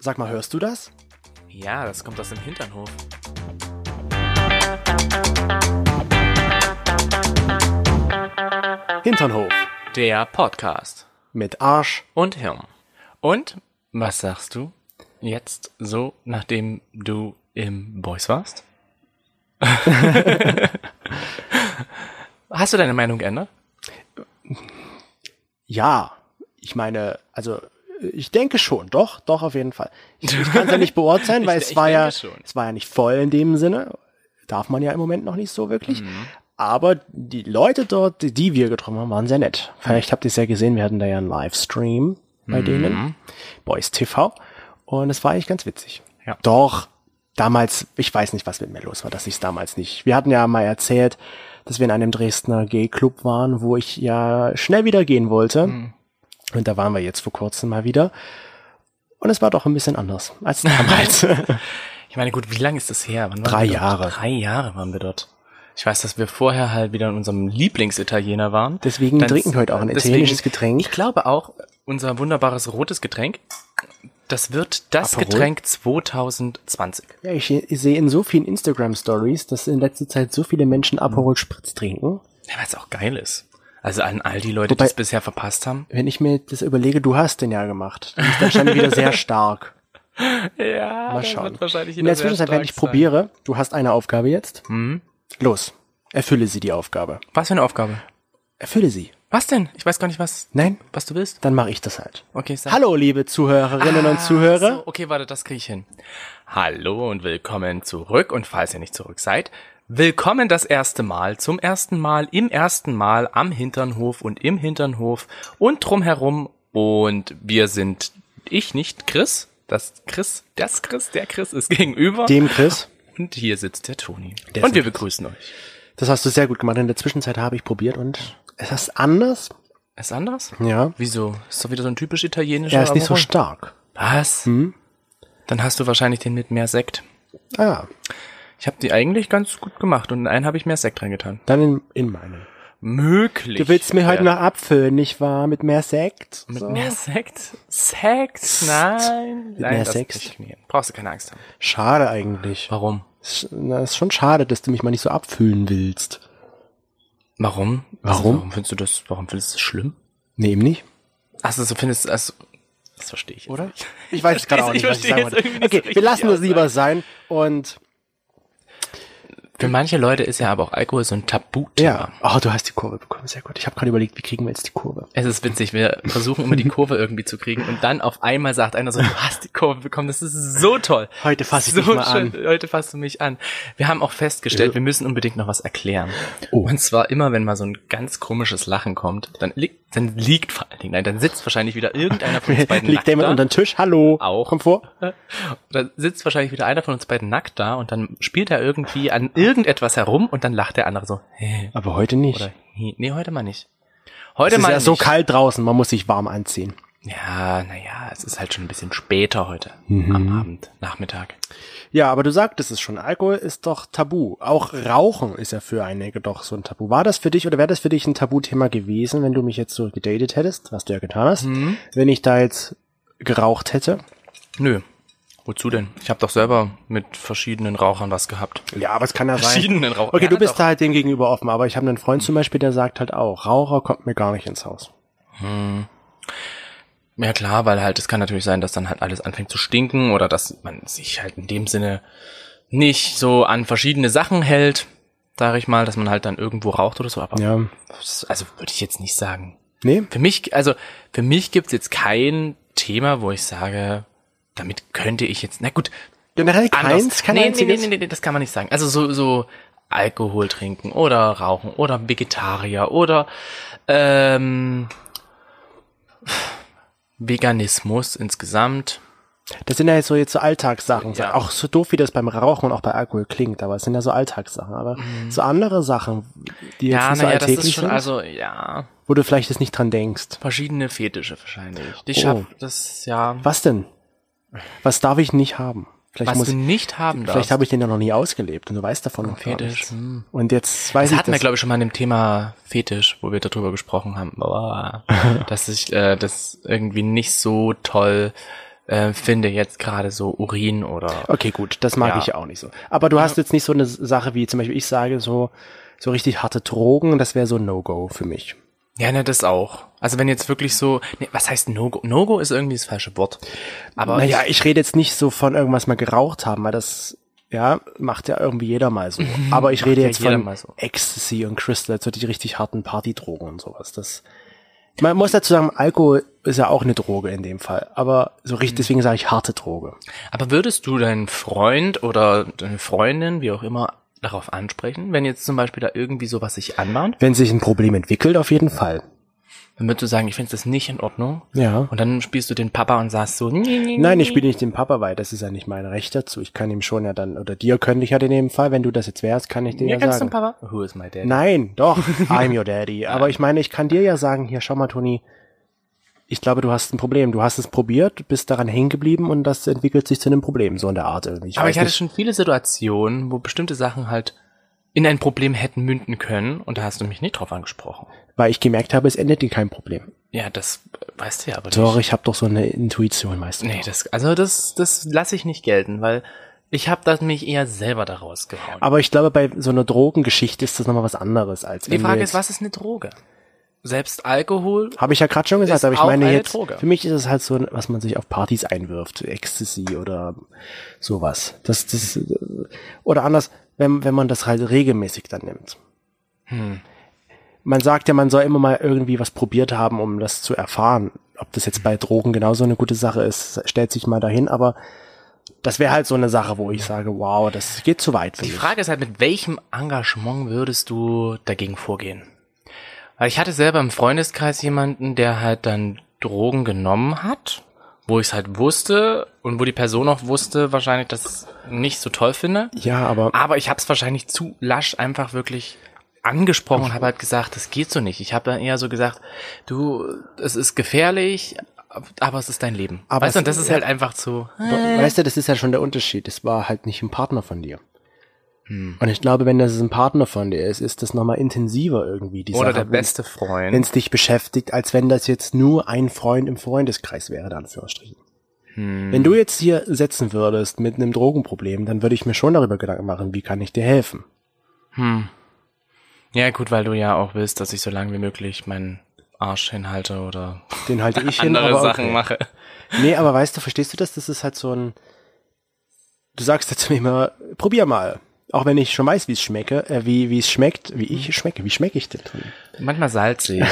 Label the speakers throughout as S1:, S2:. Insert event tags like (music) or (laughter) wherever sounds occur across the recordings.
S1: Sag mal, hörst du das?
S2: Ja, das kommt aus dem Hinternhof.
S1: Hinternhof
S2: Der Podcast
S1: mit Arsch.
S2: und Hirn. Und was sagst du jetzt so, nachdem du im Boys warst? (laughs) Hast du deine Meinung geändert?
S1: Ja, ich meine, also ich denke schon, doch, doch auf jeden Fall. Ich, ich kann es ja nicht beurteilen, weil
S2: (laughs) Ich-
S1: es
S2: ich
S1: war ja,
S2: denke schon.
S1: es war ja nicht voll in dem Sinne. Darf man ja im Moment noch nicht so wirklich.
S2: Mhm.
S1: Aber die Leute dort, die, die wir getroffen haben, waren sehr nett. Vielleicht habt ihr es ja gesehen, wir hatten da ja einen Livestream
S2: Mhm.
S1: bei denen, Boys TV. Und es war eigentlich ganz witzig.
S2: Ja.
S1: Doch, damals, ich weiß nicht, was mit mir los war, dass ich es damals nicht. Wir hatten ja mal erzählt, dass wir in einem Dresdner Gay-Club waren, wo ich ja schnell wieder gehen wollte. Und da waren wir jetzt vor kurzem mal wieder. Und es war doch ein bisschen anders als damals. (laughs)
S2: Ich meine, gut, wie lange ist das her? Wann waren
S1: Drei
S2: wir dort?
S1: Jahre.
S2: Drei Jahre waren wir dort. Ich weiß, dass wir vorher halt wieder in unserem Lieblingsitaliener waren.
S1: Deswegen trinken wir heute auch ein
S2: deswegen-
S1: italienisches Getränk.
S2: Ich glaube auch, unser wunderbares rotes Getränk, das wird das
S1: Aperol?
S2: Getränk 2020.
S1: ja, ich, ich sehe in so vielen Instagram-Stories, dass in letzter Zeit so viele Menschen Aperol Spritz trinken.
S2: Ja, weil es auch geil ist. Also an all die Leute, die
S1: Wobei-
S2: es bisher verpasst haben.
S1: Wenn ich mir das überlege, du hast den ja gemacht. Du bist dann schon wieder sehr stark.
S2: Ja,
S1: Mal schauen. In der Zwischenzeit, wenn ich probiere, du hast eine Aufgabe jetzt.
S2: Hm?
S1: Los, erfülle sie die Aufgabe.
S2: Was für eine Aufgabe?
S1: Erfülle sie.
S2: Was denn? Ich weiß gar nicht, was,
S1: Nein,
S2: was du willst.
S1: dann mache ich das halt.
S2: Okay, sag.
S1: Hallo, liebe Zuhörerinnen und Zuhörer.
S2: So, okay, warte, das kriege ich hin. Hallo und willkommen zurück. Und falls ihr nicht zurück seid, willkommen das erste Mal, zum ersten Mal, im ersten Mal am Hinternhof und im Hinternhof und drumherum. Und wir sind ich nicht Chris. Das Chris, das Chris, der Chris ist gegenüber.
S1: Dem Chris.
S2: und hier sitzt der Toni.
S1: Der
S2: und wir
S1: sitzt.
S2: begrüßen euch.
S1: Das hast du sehr gut gemacht. In der Zwischenzeit habe ich probiert und es ist anders.
S2: Ist anders?
S1: Ja.
S2: Wieso? Ist doch wieder so ein typisch italienischer.
S1: Er ist nicht so Hm?
S2: Aperol.
S1: stark.
S2: Was? Dann hast du wahrscheinlich den mit mehr Sekt.
S1: Ah,
S2: Ich habe die eigentlich ganz gut gemacht und in einen habe ich mehr Sekt reingetan.
S1: dann in, in meinen.
S2: Möglich.
S1: Du willst mir heute
S2: Ja.
S1: noch abfüllen, nicht wahr? Mit mehr Sekt?
S2: mit
S1: So.
S2: mehr Sekt? Sekt? Nein. Mit Nein,
S1: mehr
S2: das
S1: Sekt?
S2: krieg ich nie hin. Brauchst du keine Angst haben.
S1: Schade eigentlich.
S2: Warum?
S1: Ist- na, ist schon schade, dass du mich mal nicht so abfüllen willst.
S2: Warum?
S1: Warum?
S2: warum findest du das? Warum findest du das schlimm?
S1: Nee, eben nicht.
S2: Also so findest du also, das verstehe ich. jetzt
S1: Oder?
S2: nicht.
S1: Ich weiß gerade auch
S2: Ich
S1: nicht, was ich
S2: verstehe
S1: sagen
S2: jetzt
S1: wollte.
S2: irgendwie nicht so
S1: Okay, wir
S2: richtig
S1: lassen
S2: die
S1: das lieber sein und
S2: Für manche Leute ist ja aber auch Alkohol so ein Tabuthema.
S1: ja. Oh, du hast die Kurve bekommen, sehr gut. Ich habe gerade überlegt, wie kriegen wir jetzt die Kurve?
S2: Es ist witzig, wir versuchen immer die Kurve irgendwie zu kriegen und dann auf einmal sagt einer so, du hast die Kurve bekommen, das ist so toll.
S1: Heute fass ich
S2: so
S1: dich mal an.
S2: schön. Heute fasst du mich an. Wir haben auch festgestellt, wir müssen unbedingt noch was erklären.
S1: Oh.
S2: Und zwar immer, wenn mal so ein ganz komisches Lachen kommt, dann liegt, dann liegt vor allen Dingen, nein, dann sitzt wahrscheinlich wieder irgendeiner
S1: (laughs)
S2: von uns beiden
S1: Liegt
S2: nackt
S1: der jemand
S2: da.
S1: unter den Tisch? Hallo.
S2: Auch.
S1: Komm vor.
S2: Da sitzt wahrscheinlich wieder einer von uns beiden nackt da und dann spielt er irgendwie an irgendetwas herum und dann lacht der andere so, hä,
S1: Aber heute nicht.
S2: oder, hä. nee, heute mal nicht.
S1: es
S2: Heute
S1: ist
S2: mal
S1: ja so
S2: nicht.
S1: kalt draußen, man muss sich warm anziehen.
S2: Ja, naja, es ist halt schon ein bisschen später heute am Abend, Nachmittag.
S1: Ja, aber du sagtest es schon, Alkohol ist doch tabu. Auch Rauchen ist ja für einige doch so ein Tabu. War das für dich oder wäre das für dich ein Tabuthema gewesen, wenn du mich jetzt so gedatet hättest, was du ja getan hast,
S2: Mhm.
S1: wenn ich da jetzt geraucht hätte?
S2: Nö. Wozu denn? Ich habe doch selber mit verschiedenen Rauchern was gehabt.
S1: Ja, aber es kann ja sein.
S2: Verschiedenen Rauchern.
S1: Okay,
S2: Ja,
S1: du
S2: doch.
S1: bist da halt dem gegenüber offen, aber ich habe einen Freund zum Beispiel, der sagt halt auch, Raucher kommt mir gar nicht ins Haus.
S2: Ja klar, weil halt es kann natürlich sein, dass dann halt alles anfängt zu stinken oder dass man sich halt in dem Sinne nicht so an verschiedene Sachen hält, sage ich mal, dass man halt dann irgendwo raucht oder so. Aber
S1: Ja.
S2: das- also würde ich jetzt nicht sagen.
S1: Nee?
S2: Für mich, also für mich gibt's jetzt kein Thema, wo ich sage, damit könnte ich jetzt. Na gut,
S1: Generell keins, kein
S2: nee, nee, nee,
S1: einziges.
S2: nee, nee, das kann man nicht sagen. Also so, so Alkohol trinken oder rauchen oder Vegetarier oder ähm, Veganismus insgesamt.
S1: Das sind ja jetzt so jetzt so Alltagssachen.
S2: Ja.
S1: Auch so doof, wie das beim Rauchen und auch bei Alkohol klingt, aber es sind ja so Alltagssachen. Aber so andere Sachen, die jetzt
S2: Mhm. Ja,
S1: nicht so
S2: naja, das
S1: alltäglich
S2: ist schon,
S1: sind,
S2: also ja,
S1: wo du vielleicht jetzt nicht dran denkst.
S2: verschiedene Fetische wahrscheinlich. Die
S1: Oh.
S2: schaffen das ja,
S1: Was denn? Was darf ich nicht haben? Vielleicht,
S2: was
S1: muss
S2: du
S1: ich,
S2: nicht haben darfst.
S1: vielleicht habe ich den ja noch nie ausgelebt und du weißt davon noch gar
S2: Fetisch, Hm.
S1: nichts. Und jetzt weiß
S2: Das
S1: ich
S2: hatten wir,
S1: das.
S2: glaube ich, schon mal in dem Thema Fetisch, wo wir
S1: (laughs)
S2: darüber gesprochen haben, Boah, dass ich äh, das irgendwie nicht so toll äh, finde jetzt gerade so Urin oder.
S1: Okay, gut, das mag
S2: Ja.
S1: ich ja auch nicht so. Aber du hast jetzt nicht so eine Sache wie zum Beispiel, ich sage so, so richtig harte Drogen, das wäre so ein No-Go für mich.
S2: Ja, ne, das auch. Also wenn jetzt wirklich so, nee, was heißt No-Go? No-Go ist irgendwie das falsche Wort. Aber
S1: Naja, ich rede jetzt nicht so von irgendwas mal geraucht haben, weil das, ja, macht ja irgendwie jeder mal
S2: (laughs)
S1: so. Aber ich rede
S2: ja
S1: jetzt
S2: jeder
S1: von
S2: mal so.
S1: Ecstasy und Crystal, so die richtig harten Partydrogen und sowas. Das, man muss dazu sagen, Alkohol ist ja auch eine Droge in dem Fall. Aber so richtig,
S2: Mhm.
S1: deswegen sage ich harte Droge.
S2: Aber würdest du deinen Freund oder deine Freundin, wie auch immer, darauf ansprechen, wenn jetzt zum Beispiel da irgendwie sowas sich anbahnt?
S1: Wenn sich ein Problem entwickelt, auf jeden Fall.
S2: Dann würdest du sagen, ich finde das nicht in Ordnung.
S1: Ja.
S2: Und dann spielst du den Papa und sagst so, nee, nee,
S1: Nein, ich spiele nicht den Papa, weil das ist ja nicht mein Recht dazu. Ich kann ihm schon ja dann, oder dir könnte ich ja in dem Fall, wenn du das jetzt wärst, kann ich dir
S2: nee,
S1: ja,
S2: kannst du
S1: sagen.
S2: den Papa? Who is my dad?
S1: Nein,
S2: (laughs)
S1: doch, I'm your daddy. Aber ich meine, ich kann dir ja sagen, hier, schau mal, Toni, ich glaube, du hast ein Problem. Du hast es probiert, bist daran hängen geblieben und das entwickelt sich zu einem Problem, so in der Art irgendwie. Ich
S2: Aber
S1: weiß
S2: ich hatte
S1: nicht.
S2: schon viele Situationen, wo bestimmte Sachen halt in ein Problem hätten münden können und da hast du mich nicht drauf angesprochen.
S1: weil ich gemerkt habe, es endet in keinem Problem.
S2: Ja, das äh, weißt du ja aber
S1: Doch, ich habe doch so eine Intuition meistens.
S2: nicht. Nee, das, also das, das lasse ich nicht gelten, weil ich habe das mich eher selber daraus gehauen.
S1: Aber ich glaube, bei so einer Drogengeschichte ist das nochmal was anderes als
S2: Die
S1: wenn wir
S2: Frage
S1: jetzt-
S2: ist, was ist eine Droge? Selbst Alkohol?
S1: Habe ich ja gerade schon gesagt,
S2: Ist
S1: aber ich
S2: auch
S1: meine
S2: eine
S1: jetzt,
S2: Droge.
S1: für mich ist es halt so, was man sich auf Partys einwirft, Ecstasy oder sowas. Das, das, oder anders, wenn, wenn man das halt regelmäßig dann nimmt.
S2: Hm.
S1: Man sagt ja, man soll immer mal irgendwie was probiert haben, um das zu erfahren. Ob das jetzt bei Drogen genauso eine gute Sache ist, stellt sich mal dahin, aber das wäre halt so eine Sache, wo ich sage, wow, das geht zu weit für
S2: Die
S1: mich.
S2: Frage ist halt, mit welchem Engagement würdest du dagegen vorgehen? Weil ich hatte selber im Freundeskreis jemanden, der halt dann Drogen genommen hat, wo ich es halt wusste und wo die Person auch wusste, wahrscheinlich, dass ich es nicht so toll finde.
S1: Ja, aber
S2: Aber ich habe es wahrscheinlich zu lasch einfach wirklich angesprochen und habe halt gesagt, das geht so nicht. Ich habe dann eher so gesagt, du, es ist gefährlich, aber es ist dein Leben.
S1: Aber
S2: Aber weißt
S1: es-
S2: du,
S1: Hm.
S2: und das ist halt einfach zu.
S1: Weißt du, das ist ja schon der Unterschied. Es war halt nicht ein Partner von dir.
S2: Hm.
S1: Und ich glaube, wenn das ein Partner von dir ist, ist das nochmal intensiver irgendwie. Die
S2: Oder
S1: Sache,
S2: der beste Freund.
S1: Wenn es dich beschäftigt, als wenn das jetzt nur ein Freund im Freundeskreis wäre, in Anführungsstrichen.
S2: Hm.
S1: Wenn du jetzt hier setzen würdest mit einem Drogenproblem, dann würde ich mir schon darüber Gedanken machen, wie kann ich dir helfen?
S2: Ja, gut, weil du ja auch willst, dass ich so lange wie möglich meinen Arsch
S1: (laughs)
S2: hinhalte oder
S1: Den halte ich hin.
S2: andere
S1: aber
S2: Sachen
S1: okay.
S2: mache.
S1: Nee, aber weißt du, verstehst du das? Das ist halt so ein. Du sagst jetzt immer, probier mal. Auch wenn ich schon weiß, wie es schmecke, äh, wie wie es schmeckt, wie ich schmecke, wie schmecke ich denn? (laughs)
S2: Manchmal salzig,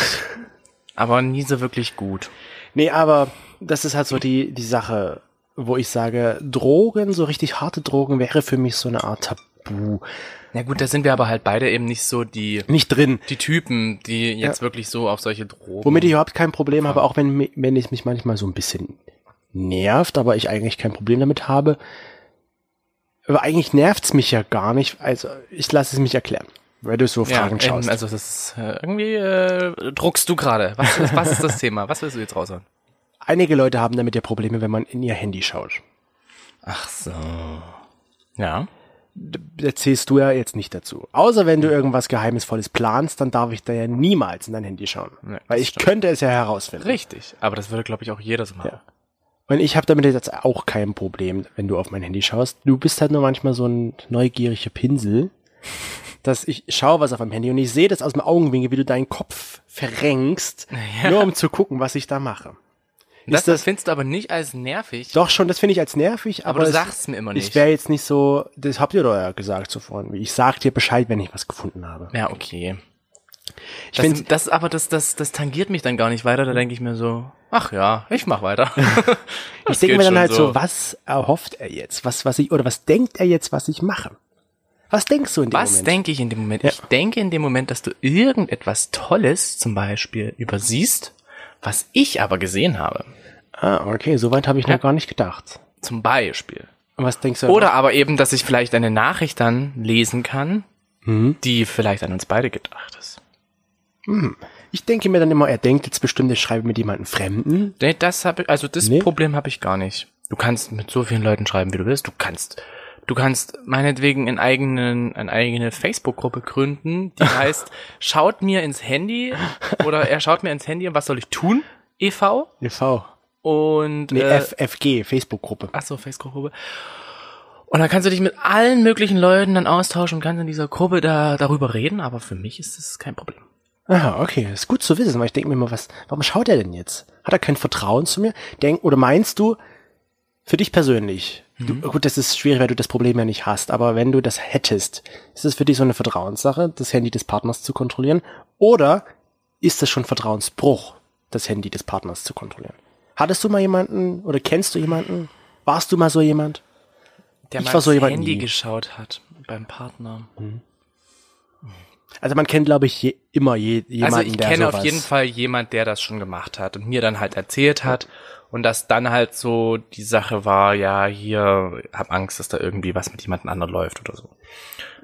S2: aber nie so wirklich gut.
S1: Nee, aber das ist halt so die die Sache, wo ich sage, Drogen, so richtig harte Drogen wäre für mich so eine Art Tabu.
S2: Na gut, da sind wir aber halt beide eben nicht so die,
S1: Nicht drin.
S2: die Typen, die jetzt wirklich so auf solche Drogen.
S1: Womit ich überhaupt kein Problem habe, auch wenn mi- wenn es mich manchmal so ein bisschen nervt, aber ich eigentlich kein Problem damit habe. Aber eigentlich nervt's mich ja gar nicht. Also ich lasse es mich erklären, weil du so
S2: ja,
S1: Fragen
S2: eben,
S1: schaust.
S2: also das ist äh, irgendwie äh, druckst du gerade. Was, ist- was ist
S1: (laughs)
S2: das Thema? Was willst du jetzt raushauen?
S1: Einige Leute haben damit ja Probleme, wenn man in ihr Handy schaut.
S2: Ach so. Ja.
S1: Da zählst du ja jetzt nicht dazu. Außer wenn
S2: Mhm.
S1: du irgendwas Geheimnisvolles planst, dann darf ich da ja niemals in dein Handy schauen.
S2: Nee,
S1: Weil
S2: das
S1: ich
S2: stimmt.
S1: könnte es ja herausfinden.
S2: Richtig. Aber das würde, glaube ich, auch jeder so machen.
S1: Ja. Und ich habe damit jetzt auch kein Problem, wenn du auf mein Handy schaust. Du bist halt nur manchmal so ein neugieriger
S2: (laughs)
S1: Pinsel, dass ich schaue was auf meinem Handy und ich sehe das aus dem Augenwinkel, wie du deinen Kopf verrenkst, nur um zu gucken, was ich da mache.
S2: Das,
S1: Ist das-
S2: findest du aber nicht als nervig.
S1: Doch schon, das finde ich als nervig, aber,
S2: Aber du
S1: es-
S2: sagst mir immer
S1: Ich
S2: nicht.
S1: wäre jetzt nicht so, das habt ihr doch ja gesagt zuvor. Ich sag dir Bescheid, wenn ich was gefunden habe.
S2: Ja, okay.
S1: Ich
S2: Das,
S1: finde,
S2: das aber das, das, das tangiert mich dann gar nicht weiter. Da denke ich mir so, ach ja, ich mach weiter.
S1: (laughs) ich
S2: (laughs) Das
S1: denke
S2: geht
S1: mir dann
S2: schon
S1: halt so. was erhofft er jetzt? Was, was ich, oder was denkt er jetzt, was ich mache? Was denkst du in dem
S2: was
S1: Moment?
S2: denke ich in dem Moment?
S1: Ja.
S2: Ich denke in dem Moment, dass du irgendetwas Tolles zum Beispiel übersiehst, was ich aber gesehen habe.
S1: ah, okay, so weit habe ich noch gar nicht gedacht.
S2: Zum Beispiel.
S1: Und was denkst du?
S2: Oder aber eben, dass ich vielleicht eine Nachricht dann lesen kann,
S1: Mhm.
S2: die vielleicht an uns beide gedacht ist.
S1: Ich denke mir dann immer, er denkt jetzt bestimmt, ich schreibe mit jemandem Fremden.
S2: Nee, das habe ich, also das
S1: Nee.
S2: Problem habe ich gar nicht. Du kannst mit so vielen Leuten schreiben, wie du willst. Du kannst, du kannst meinetwegen in eigenen, eine eigene Facebook-Gruppe gründen,
S1: (laughs)
S2: die heißt, schaut mir ins Handy oder er schaut mir ins Handy und was soll ich tun? e.V.
S1: EV.
S2: E Und
S1: Nee,
S2: äh,
S1: FFG, Facebook-Gruppe.
S2: Ach so, Facebook-Gruppe. Und dann kannst du dich mit allen möglichen Leuten dann austauschen und kannst in dieser Gruppe da darüber reden, aber für mich ist das kein Problem.
S1: Ah, okay. Ist gut zu wissen, weil ich denke mir immer, was, warum schaut er denn jetzt? Hat er kein Vertrauen zu mir? Denk, oder meinst du, für dich persönlich,
S2: Mhm.
S1: du, gut, das ist schwierig, weil du das Problem ja nicht hast, aber wenn du das hättest, ist es für dich so eine Vertrauenssache, das Handy des Partners zu kontrollieren? Oder ist das schon Vertrauensbruch, das Handy des Partners zu kontrollieren? Hattest du mal jemanden oder kennst du jemanden? Warst du mal so jemand?
S2: Der
S1: Ich
S2: mal
S1: war so
S2: ins
S1: jemand
S2: Handy
S1: nie.
S2: geschaut hat beim Partner.
S1: Also man kennt, glaube ich, je, immer je, jemanden,
S2: also ich
S1: der
S2: kenne auf
S1: sowas-
S2: jeden Fall jemand, der das schon gemacht hat und mir dann halt erzählt hat und dass dann halt so die Sache war, ja, hier hab Angst, dass da irgendwie was mit jemand anderem läuft oder so.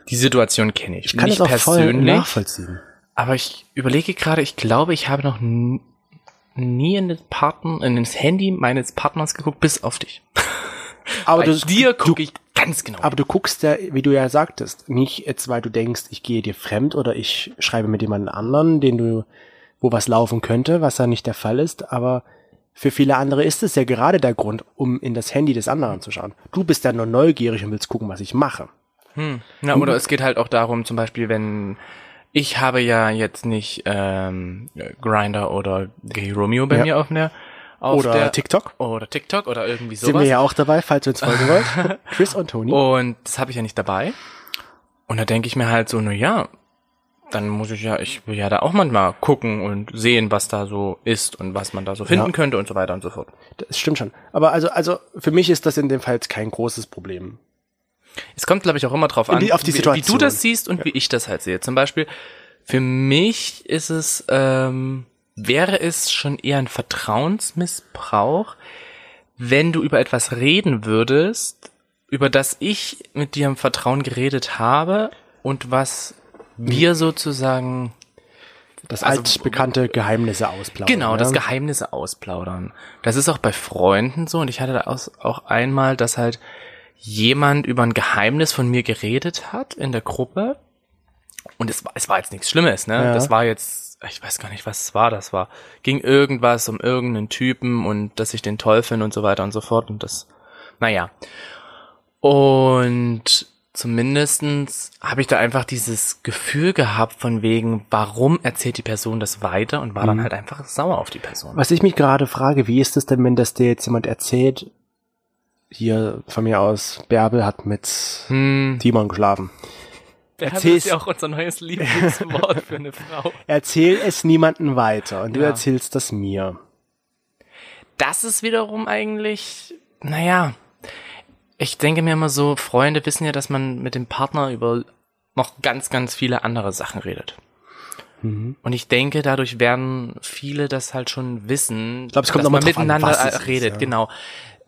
S2: Die Situation kenne ich.
S1: Ich kann
S2: Nicht
S1: das auch voll
S2: persönlich,
S1: nachvollziehen.
S2: aber ich überlege gerade, ich glaube, ich habe noch n- nie in den Partner, in das Handy meines Partners geguckt, bis auf dich.
S1: Aber
S2: Bei
S1: du,
S2: dir
S1: du,
S2: gucke ich ganz genau.
S1: aber du guckst ja, wie du ja sagtest, nicht jetzt, weil du denkst, ich gehe dir fremd oder ich schreibe mit jemand anderen, den du, wo was laufen könnte, was ja nicht der Fall ist, aber für viele andere ist es ja gerade der Grund, um in das Handy des anderen zu schauen. Du bist ja nur neugierig und willst gucken, was ich mache.
S2: Hm. Na, oder es geht halt auch darum, zum Beispiel, wenn ich habe ja jetzt nicht ähm, Grinder oder Gay Romeo bei
S1: Ja.
S2: mir auf der auf
S1: Oder
S2: der,
S1: TikTok.
S2: oder TikTok oder irgendwie
S1: Sind wir
S2: sowas.
S1: ja auch dabei, falls ihr uns
S2: (laughs)
S1: folgen wollt. Chris und Toni.
S2: Und das habe ich ja nicht dabei. Und da denke ich mir halt so, na ja, dann muss ich ja, ich will ja da auch manchmal gucken und sehen, was da so ist und was man da so finden
S1: Ja.
S2: könnte und so weiter und so fort.
S1: Das stimmt schon. Aber also, also für mich ist das in dem Fall jetzt kein großes Problem.
S2: Es kommt, glaube ich, auch immer drauf an,
S1: die- auf die
S2: wie, wie du
S1: Situation.
S2: das siehst und wie ich das halt sehe. Zum Beispiel, für mich ist es, ähm, wäre es schon eher ein Vertrauensmissbrauch, wenn du über etwas reden würdest, über das ich mit dir im Vertrauen geredet habe und was
S1: Mhm.
S2: wir sozusagen,
S1: Das
S2: Also-
S1: altbekannte Geheimnisse ausplaudern.
S2: genau,
S1: ja?
S2: das Geheimnisse ausplaudern. Das ist auch bei Freunden so und ich hatte da aus- auch einmal, dass halt jemand über ein Geheimnis von mir geredet hat in der Gruppe und es war, es war jetzt nichts Schlimmes, ne?
S1: Ja.
S2: Das war jetzt, ich weiß gar nicht, was es war, das war. Ging irgendwas um irgendeinen Typen und dass ich den toll finde und so weiter und so fort und das, naja. Und zumindestens habe ich da einfach dieses Gefühl gehabt von wegen, warum erzählt die Person das weiter und war
S1: Mhm.
S2: dann halt einfach sauer auf die Person.
S1: Was ich mich gerade frage, wie ist es denn, wenn das dir jetzt jemand erzählt, hier von mir aus, Bärbel hat mit
S2: Hm,
S1: Timon geschlafen.
S2: das
S1: erzählst-
S2: ist ja auch unser neues Lieblingswort für eine Frau.
S1: Erzähl es niemandem weiter und du
S2: Ja.
S1: erzählst das mir.
S2: das ist wiederum eigentlich, naja, ich denke mir immer so, Freunde wissen ja, dass man mit dem Partner über noch ganz, ganz viele andere Sachen redet.
S1: Mhm.
S2: Und ich denke, dadurch werden viele das halt schon wissen,
S1: glaub, es kommt
S2: dass
S1: nochmal
S2: man
S1: drauf an,
S2: miteinander
S1: was es ist,
S2: redet,
S1: ja.
S2: genau.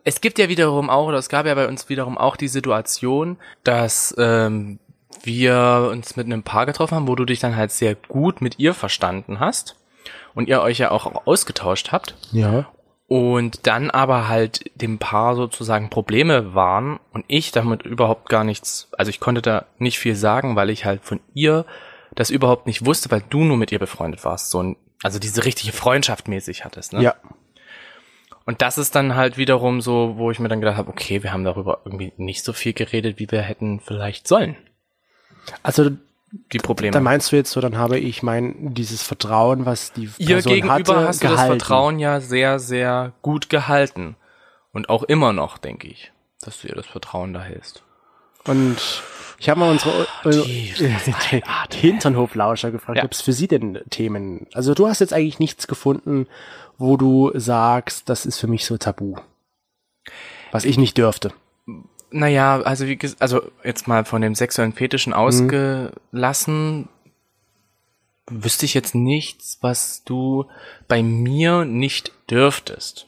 S2: Es gibt ja wiederum auch, oder es gab ja bei uns wiederum auch die Situation, dass ähm, wir uns mit einem Paar getroffen haben, wo du dich dann halt sehr gut mit ihr verstanden hast und ihr euch ja auch ausgetauscht habt
S1: Ja.
S2: und dann aber halt dem Paar sozusagen Probleme waren und ich damit überhaupt gar nichts, also ich konnte da nicht viel sagen, weil ich halt von ihr das überhaupt nicht wusste, weil du nur mit ihr befreundet warst, so ein, also diese richtige Freundschaft mäßig hattest, ne?
S1: Ja.
S2: Und das ist dann halt wiederum so, wo ich mir dann gedacht habe, okay, wir haben darüber irgendwie nicht so viel geredet, wie wir hätten vielleicht sollen.
S1: Also,
S2: Die Probleme.
S1: dann meinst du jetzt so, dann habe ich mein, dieses Vertrauen, was die
S2: ihr
S1: Person
S2: gegenüber
S1: hatte,
S2: hast du
S1: gehalten.
S2: das Vertrauen ja sehr, sehr gut gehalten. Und auch immer noch, denke ich, dass du ihr das Vertrauen da hältst.
S1: Und ich habe mal unsere
S2: Ah, tief
S1: (laughs) äh, Hinternhoflauscher gefragt,
S2: Ja.
S1: ob es für sie denn Themen. Also du hast jetzt eigentlich nichts gefunden, wo du sagst, das ist für mich so tabu. Was ich nicht dürfte.
S2: Naja, also wie ges- also jetzt mal von dem sexuellen Fetischen
S1: Mhm.
S2: ausgelassen, wüsste ich jetzt nichts, was du bei mir nicht dürftest.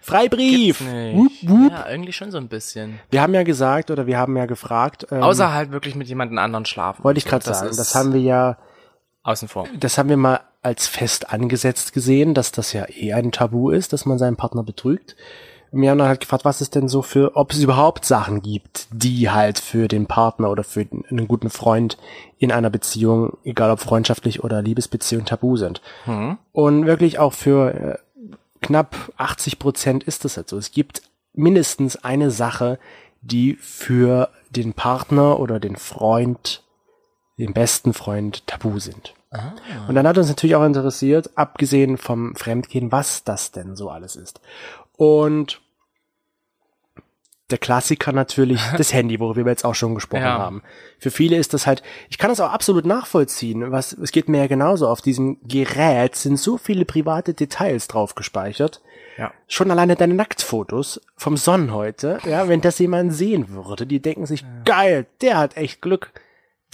S1: Freibrief!
S2: Nicht.
S1: Wup, wup.
S2: Ja, eigentlich schon so ein bisschen.
S1: Wir haben ja gesagt oder wir haben ja gefragt, ähm,
S2: Außer halt wirklich mit jemandem anderen schlafen.
S1: wollte ich gerade
S2: Das
S1: sagen,
S2: ist
S1: das haben wir ja,
S2: außen vor.
S1: das haben wir mal als fest angesetzt gesehen, dass das ja eh ein Tabu ist, dass man seinen Partner betrügt. Und wir haben dann halt gefragt, was es denn so für, ob es überhaupt Sachen gibt, die halt für den Partner oder für den- einen guten Freund in einer Beziehung, egal ob freundschaftlich oder Liebesbeziehung, tabu sind. Und wirklich auch für äh, knapp 80 Prozent ist es halt so. Es gibt mindestens eine Sache, die für den Partner oder den Freund, den besten Freund tabu sind.
S2: Ah.
S1: Und dann hat uns natürlich auch interessiert, abgesehen vom Fremdgehen, was das denn so alles ist. Und der Klassiker
S2: (laughs)
S1: natürlich das Handy, worüber wir jetzt auch schon gesprochen
S2: Ja.
S1: haben. Für viele ist das halt, ich kann das auch absolut nachvollziehen, was, es geht mir ja genauso, auf diesem Gerät sind so viele private Details drauf gespeichert.
S2: Ja.
S1: Schon alleine deine Nacktfotos vom Sonnen heute, ja, wenn das jemand sehen würde, die denken sich, geil, der hat echt Glück.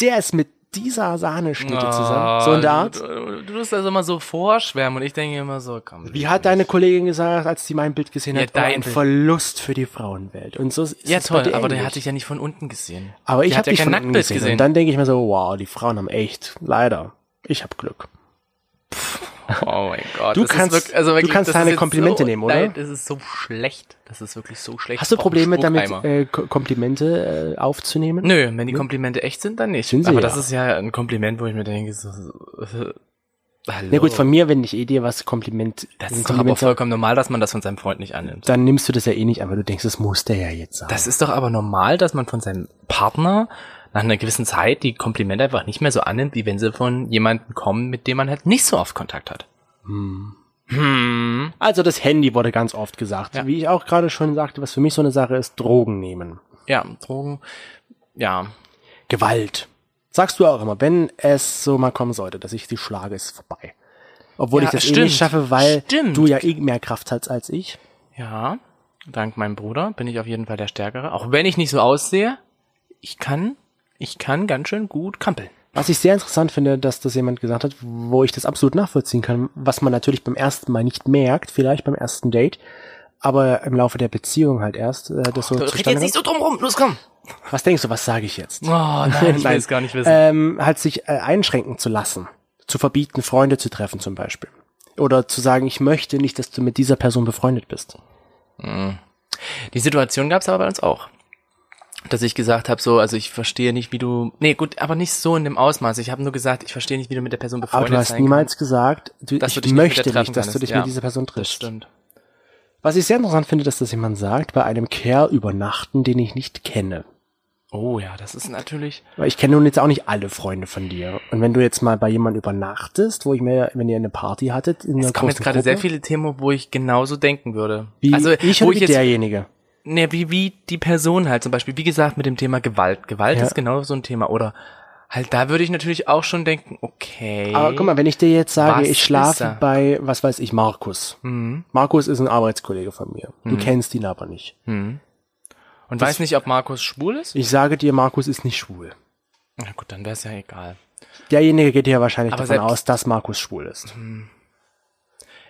S1: Der ist mit dieser
S2: Ah,
S1: Sahneschnitte zusammen. So in der Art.
S2: Du, du tust also immer so vorschwärmen und ich denke immer so, komm.
S1: Wie hat deine Kollegin gesagt, als sie mein Bild gesehen
S2: Ja,
S1: hat, oh, ein
S2: dein Bild.
S1: Verlust für die Frauenwelt. Und so ist
S2: Ja,
S1: es bei
S2: toll,
S1: dir
S2: aber der
S1: ähnlich.
S2: hatte ich ja nicht von unten gesehen.
S1: Aber ich
S2: Die hat
S1: habe
S2: ja
S1: dich
S2: kein
S1: von unten
S2: Nacktbild
S1: gesehen.
S2: gesehen.
S1: Und dann denke ich mir so, wow, die Frauen haben echt, leider, ich habe Glück.
S2: Oh mein Gott.
S1: Du
S2: das ist
S1: kannst-
S2: wirklich, also wirklich,
S1: du kannst
S2: das ist
S1: deine
S2: jetzt
S1: Komplimente
S2: so,
S1: nehmen, oder?
S2: Nein, das ist so schlecht. Das ist wirklich so schlecht.
S1: Hast du
S2: Boah,
S1: Probleme damit,
S2: Spuckheimer.
S1: äh, Ko- Komplimente äh, aufzunehmen?
S2: Nö, wenn die Komplimente echt sind, dann nicht.
S1: Sind sie
S2: aber
S1: ja.
S2: das ist ja ein Kompliment, wo ich mir denke, so, äh, hallo.
S1: Na gut, von mir, wenn ich eh dir was Kompliment,
S2: das
S1: ein
S2: ist doch aber
S1: Kompliment sag,
S2: vollkommen normal, dass man das von seinem Freund nicht annimmt.
S1: dann nimmst du das ja eh nicht an, weil du denkst, das muss der ja jetzt sagen.
S2: Das ist doch aber normal, dass man von seinem Partner nach einer gewissen Zeit die Komplimente einfach nicht mehr so annimmt, wie wenn sie von jemandem kommen, mit dem man halt nicht so oft Kontakt hat. Hm.
S1: also das Handy wurde ganz oft gesagt.
S2: Ja.
S1: Wie ich auch gerade schon sagte, was für mich so eine Sache ist, Drogen nehmen.
S2: Ja, Drogen. Ja.
S1: Gewalt. Sagst du auch immer, wenn es so mal kommen sollte, dass ich die schlage, ist vorbei. Obwohl
S2: Ja,
S1: ich das eh
S2: stimmt.
S1: nicht schaffe, weil
S2: Stimmt.
S1: du ja eh mehr Kraft hast als ich.
S2: Ja. Dank meinem Bruder bin ich auf jeden Fall der Stärkere. Auch wenn ich nicht so aussehe, ich kann, ich kann ganz schön gut kampeln.
S1: Was ich sehr interessant finde, dass das jemand gesagt hat, wo ich das absolut nachvollziehen kann, was man natürlich beim ersten Mal nicht merkt, vielleicht beim ersten Date, aber im Laufe der Beziehung halt erst, äh, das so
S2: Red jetzt
S1: zustande
S2: nicht so drum rum, los komm.
S1: kommt. Was denkst du, was sage ich jetzt?
S2: Oh nein, ich
S1: (laughs)
S2: will
S1: Nein.
S2: es gar nicht wissen.
S1: Ähm, halt sich äh, einschränken zu lassen, zu verbieten, Freunde zu treffen zum Beispiel. Oder zu sagen, ich möchte nicht, dass du mit dieser Person befreundet bist. Äh,
S2: Die Situation gab es aber bei uns auch. Dass ich gesagt habe, so, also ich verstehe nicht, wie du. Nee, gut, aber nicht so in dem Ausmaß. Ich habe nur gesagt, ich verstehe nicht, wie du mit der Person
S1: Aber
S2: befreundet
S1: du hast
S2: sein
S1: niemals gesagt, du,
S2: Dass
S1: ich
S2: du dich nicht mit
S1: möchte
S2: der
S1: nicht,
S2: treffen
S1: dass du
S2: kannst,
S1: dich
S2: ja.
S1: mit dieser Person
S2: kannst. Das
S1: triffst.
S2: stimmt.
S1: Was ich sehr interessant finde, dass das jemand sagt, bei einem Kerl übernachten, den ich nicht kenne.
S2: Oh ja, das ist natürlich.
S1: Weil ich kenne nun jetzt auch nicht alle Freunde von dir. Und wenn du jetzt mal bei jemandem übernachtest, wo ich mir, wenn ihr eine Party hattet, in einer
S2: Es
S1: großen
S2: kommen jetzt gerade
S1: Gruppe,
S2: sehr viele Themen, wo ich genauso denken würde.
S1: wie
S2: also
S1: ich
S2: wo
S1: oder
S2: ich
S1: wie
S2: jetzt
S1: derjenige.
S2: Ne, wie, wie die Person halt zum Beispiel, wie gesagt, mit dem Thema Gewalt. Gewalt
S1: Ja.
S2: ist genau so ein Thema. Oder halt, da würde ich natürlich auch schon denken, okay.
S1: Aber guck mal, wenn ich dir jetzt sage,
S2: Was
S1: ich
S2: ist Mhm. er?
S1: schlafe bei, was weiß ich, Markus. Markus ist ein Arbeitskollege von mir.
S2: Mhm.
S1: Du kennst ihn aber nicht.
S2: und weiß nicht, ob Markus schwul ist?
S1: Ich sage dir, Markus ist nicht schwul.
S2: Na gut, dann wäre es ja egal.
S1: Derjenige geht ja wahrscheinlich
S2: Aber
S1: davon
S2: selbst- Mhm.
S1: aus, dass Markus schwul ist.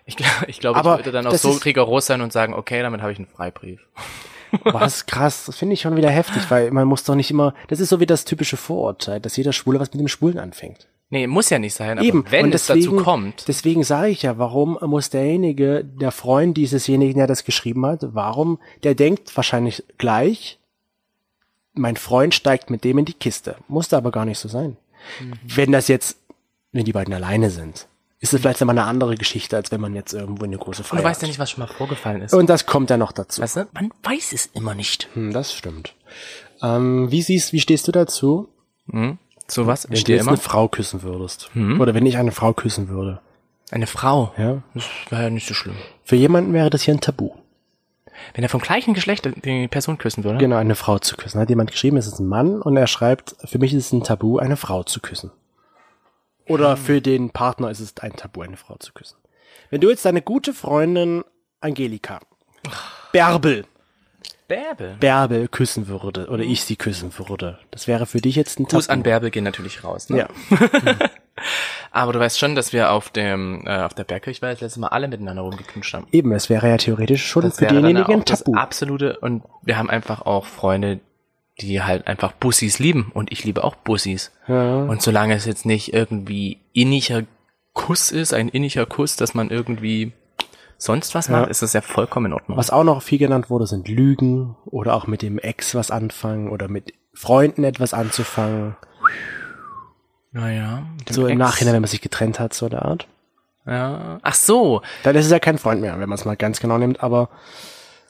S2: Ich, gl- (laughs) ich glaube, ich
S1: Aber
S2: würde dann auch
S1: das
S2: so
S1: ist-
S2: rigoros sein und sagen, okay, damit habe ich einen Freibrief.
S1: (laughs) Was krass, das finde ich schon wieder heftig, weil man muss doch nicht immer, das ist so wie das typische Vorurteil, dass jeder Schwule was mit dem Schwulen anfängt.
S2: Nee, muss ja nicht sein, aber
S1: Eben,
S2: wenn
S1: und
S2: es
S1: deswegen,
S2: dazu kommt.
S1: Deswegen sage ich ja, warum muss derjenige, der Freund diesesjenigen, der das geschrieben hat, warum, der denkt wahrscheinlich gleich, mein Freund steigt mit dem in die Kiste. Musste aber gar nicht so sein.
S2: Mhm.
S1: Wenn das jetzt, wenn die beiden alleine sind, ist es vielleicht nochmal eine andere Geschichte, als wenn man jetzt irgendwo eine große
S2: Und
S1: Feier
S2: du Mhm. weißt
S1: hat.
S2: ja nicht, was schon mal vorgefallen ist.
S1: Und das kommt ja noch dazu.
S2: weißt du? Man weiß es immer nicht.
S1: Hm, das stimmt. Ähm, wie siehst, wie stehst du dazu,
S2: So was? Ich
S1: wenn du
S2: stehe
S1: jetzt
S2: immer. Mhm.
S1: eine Frau küssen würdest? Oder wenn ich eine Frau küssen würde?
S2: Eine Frau.
S1: Ja.
S2: Das wäre ja nicht so schlimm.
S1: Für jemanden wäre das hier ein Tabu.
S2: Wenn er vom gleichen Geschlecht die Person küssen würde.
S1: Genau, eine Frau zu küssen. Hat jemand geschrieben, es ist ein Mann und er schreibt, für mich ist es ein Tabu, eine Frau zu küssen.
S2: Hm.
S1: Oder für den Partner ist es ein Tabu, eine Frau zu küssen. Wenn du jetzt deine gute Freundin Angelika Bärbel,
S2: Bärbel.
S1: Bärbel küssen würde oder ich sie küssen würde, das wäre für dich jetzt ein Tabu.
S2: Hm. Gruß an Bärbel gehen natürlich raus. Ne?
S1: Ja.
S2: Aber du weißt schon, dass wir auf dem äh, auf der Bergkirchweih das letzte Mal alle miteinander rumgeknutscht haben.
S1: Eben, es wäre ja theoretisch schon
S2: Das
S1: für
S2: wäre dann
S1: denjenigen
S2: auch
S1: ein
S2: das
S1: Tabu.
S2: absolute und wir haben einfach auch Freunde, die halt einfach Bussis lieben und ich liebe auch Bussis. Und solange es jetzt nicht irgendwie inniger Kuss ist, ein inniger Kuss, dass man irgendwie sonst was macht, ist das ja vollkommen in Ordnung.
S1: Was auch noch viel genannt wurde, sind Lügen oder auch mit dem Ex was anfangen oder mit Freunden etwas anzufangen.
S2: Naja,
S1: So im Nachhinein, wenn man sich getrennt hat, so der Art.
S2: Ja. Ach so.
S1: Dann ist es ja kein Freund mehr, wenn man es mal ganz genau nimmt, aber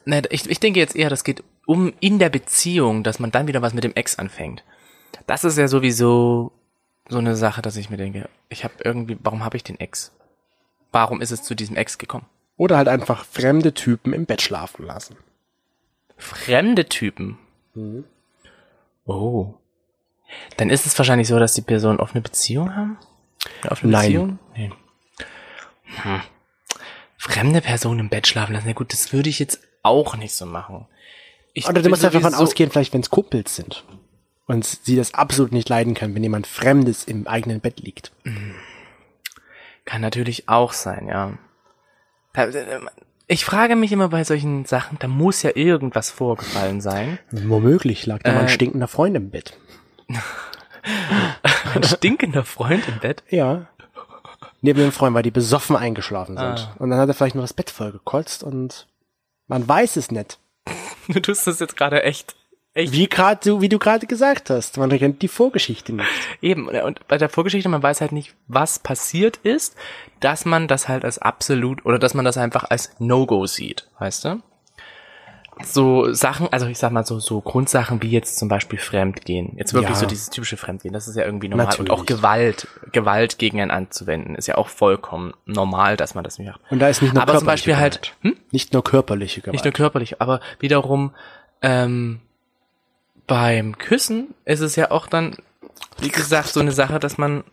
S2: Ne, ich, ich denke jetzt eher, das geht um in der Beziehung, dass man dann wieder was mit dem Ex anfängt. Das ist ja sowieso so eine Sache, dass ich mir denke, ich habe irgendwie, warum habe ich den Ex? Warum ist es zu diesem Ex gekommen?
S1: oder halt einfach fremde Typen im Bett schlafen lassen.
S2: Fremde Typen.
S1: Mhm.
S2: Oh. Dann ist es wahrscheinlich so, dass die Personen offene Beziehung haben? Eine offene
S1: Nein.
S2: Beziehung? Nee. Hm. Fremde Personen im Bett schlafen lassen. Na gut, das würde ich jetzt auch nicht so machen. Ich
S1: Oder du
S2: bin
S1: musst einfach davon
S2: sowieso-
S1: ausgehen, vielleicht wenn es Kumpels sind und sie das absolut nicht leiden können, wenn jemand Fremdes im eigenen Bett liegt.
S2: Kann natürlich auch sein, ja. Da- äh, Ich frage mich immer bei solchen Sachen, da muss ja irgendwas vorgefallen sein.
S1: Womöglich lag da mal ein
S2: Äh.
S1: stinkender Freund im Bett.
S2: (laughs) Ein stinkender Freund im Bett.
S1: Ja. Neben dem Freund, weil die besoffen eingeschlafen sind. Und dann hat er vielleicht nur das Bett voll gekotzt und man weiß es nicht.
S2: Du tust das jetzt gerade echt. Echt.
S1: Wie grad du, wie du gerade gesagt hast, man kennt die Vorgeschichte nicht.
S2: Eben. äh, Und bei der Vorgeschichte, man weiß halt nicht, was passiert ist, dass man das halt als absolut oder dass man das einfach als No-Go sieht, weißt du? So Sachen, also ich sag mal so, so Grundsachen wie jetzt zum Beispiel Fremdgehen. Jetzt wirklich
S1: Ja.
S2: so dieses typische Fremdgehen, das ist ja irgendwie normal.
S1: Natürlich.
S2: Und auch Gewalt, Gewalt gegen einen anzuwenden, ist ja auch vollkommen normal, dass man das nicht macht.
S1: Und da ist nicht nur
S2: aber zum
S1: körperliche
S2: Beispiel halt,
S1: Gewalt.
S2: hm?
S1: Nicht nur körperliche Gewalt.
S2: Nicht nur körperlich, aber wiederum ähm, beim Küssen ist es ja auch dann, wie gesagt, so eine Sache, dass man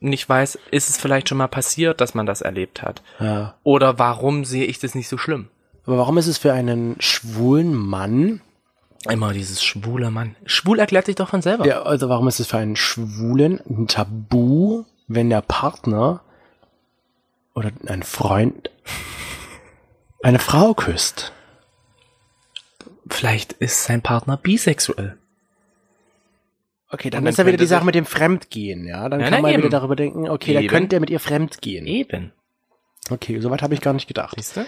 S2: nicht weiß, ist es vielleicht schon mal passiert, dass man das erlebt hat?
S1: ja.
S2: Oder warum sehe ich das nicht so schlimm?
S1: Aber warum ist es für einen schwulen Mann,
S2: Immer dieses schwule Mann. Schwul erklärt sich doch von selber.
S1: der, also warum ist es für einen Schwulen ein Tabu, wenn der Partner oder ein Freund eine Frau küsst?
S2: Vielleicht ist sein Partner bisexuell.
S1: Okay,
S2: Und
S1: dann
S2: dann
S1: ist ja wieder
S2: könnte
S1: die Sache
S2: sich-
S1: mit dem Fremdgehen, ja. Dann
S2: Ja,
S1: kann
S2: na
S1: man
S2: eben.
S1: wieder darüber denken, okay, da
S2: Eben.
S1: könnte er mit ihr fremdgehen.
S2: Eben.
S1: Okay, soweit habe ich gar nicht gedacht.
S2: Siehst du?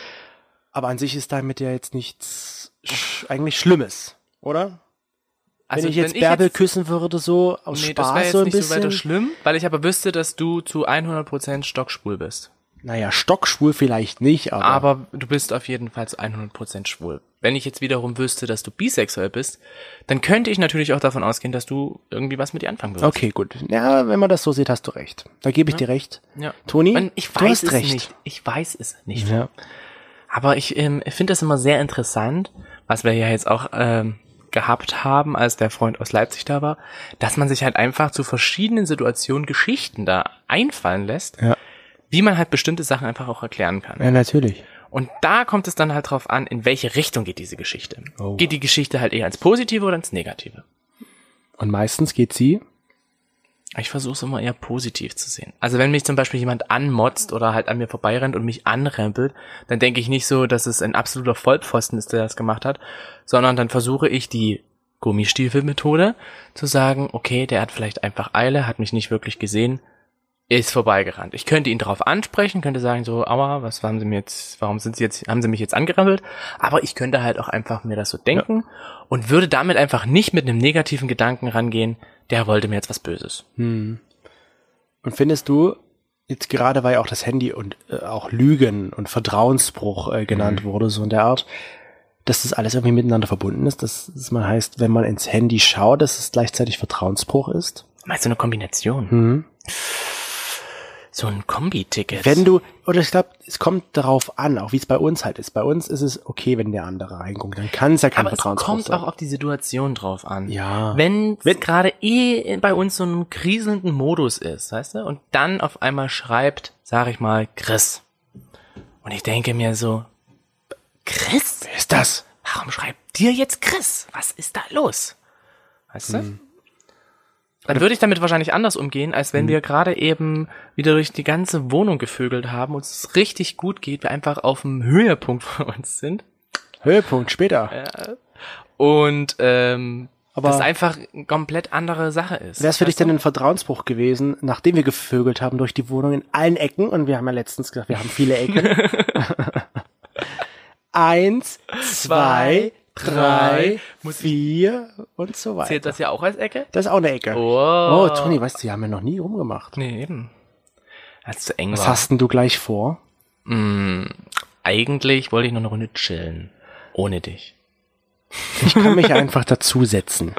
S1: Aber an sich ist damit ja jetzt nichts sch eigentlich Schlimmes, oder?
S2: Also
S1: wenn ich jetzt Bärbel küssen würde, so aus
S2: Nee, das wäre
S1: Spaß
S2: jetzt
S1: so ein
S2: nicht so
S1: bisschen.
S2: weiter schlimm, weil ich aber wüsste, dass du zu 100% stockschwul bist.
S1: naja, stockschwul vielleicht nicht, aber,
S2: Aber du bist auf jeden Fall zu 100% schwul. Wenn ich jetzt wiederum wüsste, dass du bisexuell bist, dann könnte ich natürlich auch davon ausgehen, dass du irgendwie was mit dir anfangen würdest.
S1: Okay, gut. Ja, wenn man das so sieht, hast du recht. Da gebe ich dir recht.
S2: Ja.
S1: Toni,
S2: Und ich
S1: du
S2: weiß
S1: hast
S2: es
S1: recht.
S2: nicht. Ich weiß es nicht.
S1: Ja.
S2: Aber ich ähm, finde das immer sehr interessant, was wir ja jetzt auch ähm, gehabt haben, als der Freund aus Leipzig da war, dass man sich halt einfach zu verschiedenen Situationen Geschichten da einfallen lässt,
S1: Ja.
S2: wie man halt bestimmte Sachen einfach auch erklären kann.
S1: ja, natürlich.
S2: Und da kommt es dann halt drauf an, in welche Richtung geht diese Geschichte.
S1: Oh.
S2: Geht die Geschichte halt eher ins Positive oder ins Negative?
S1: Und meistens geht sie.
S2: Ich versuche es immer eher positiv zu sehen. Also wenn mich zum Beispiel jemand anmotzt oder halt an mir vorbeirennt und mich anrempelt, dann denke ich nicht so, dass es ein absoluter Vollpfosten ist, der das gemacht hat, sondern dann versuche ich die Gummistiefel-Methode zu sagen, okay, der hat vielleicht einfach Eile, hat mich nicht wirklich gesehen, ist vorbeigerannt. Ich könnte ihn darauf ansprechen, könnte sagen so, aua, was haben sie mir jetzt, warum sind sie jetzt, haben sie mich jetzt angerempelt? Aber ich könnte halt auch einfach mir das so denken und würde damit einfach nicht mit einem negativen Gedanken rangehen, der wollte mir jetzt was Böses.
S1: Und findest du, jetzt gerade weil ja auch das Handy und äh, auch Lügen und Vertrauensbruch äh,
S2: Mhm.
S1: genannt wurde, so in der Art, dass das alles irgendwie miteinander verbunden ist, dass es mal heißt, wenn man ins Handy schaut, dass es gleichzeitig Vertrauensbruch ist?
S2: Meinst du eine Kombination?
S1: Mhm.
S2: So ein Kombi-Ticket.
S1: Wenn du, oder ich glaube, es kommt darauf an, auch wie es bei uns halt ist. Bei uns ist es okay, wenn der andere reinguckt, dann kann es ja kein
S2: Aber es
S1: Vertrauensbruch
S2: kommt
S1: sein.
S2: auch auf die Situation drauf an.
S1: Ja.
S2: Wenn
S1: Wenn-
S2: gerade eh in- bei uns so einem kriselnden Modus ist, weißt du, und dann auf einmal schreibt, sag ich mal, Chris. Und ich denke mir so, Chris?
S1: Wer ist das?
S2: Warum schreibt dir jetzt Chris? Was ist da los? Weißt du?
S1: Hm.
S2: Dann würde ich damit wahrscheinlich anders umgehen, als
S1: Hm.
S2: wenn wir gerade eben wieder durch die ganze Wohnung gevögelt haben, uns es richtig gut geht, wir einfach auf dem Höhepunkt von uns sind.
S1: Höhepunkt
S2: Äh,
S1: später.
S2: Und ähm,
S1: Aber-
S2: das einfach eine komplett andere Sache ist.
S1: Wäre es für dich
S2: Weißt du?
S1: denn ein Vertrauensbruch gewesen, nachdem wir gevögelt haben durch die Wohnung in allen Ecken? Und wir haben ja letztens gesagt, wir haben viele
S2: (laughs)
S1: Ecken. Eins, zwei, drei, vier und so weiter.
S2: Zählt das ja auch als Ecke?
S1: Das ist auch eine Ecke.
S2: Oh.
S1: Oh, Toni, weißt du, wir haben ja noch nie rumgemacht.
S2: Nee, eben. Als zu eng
S1: Was
S2: war.
S1: hast denn du gleich vor?
S2: Mm, eigentlich wollte ich noch eine Runde chillen. Ohne dich.
S1: Ich kann
S2: (laughs)
S1: mich einfach dazusetzen.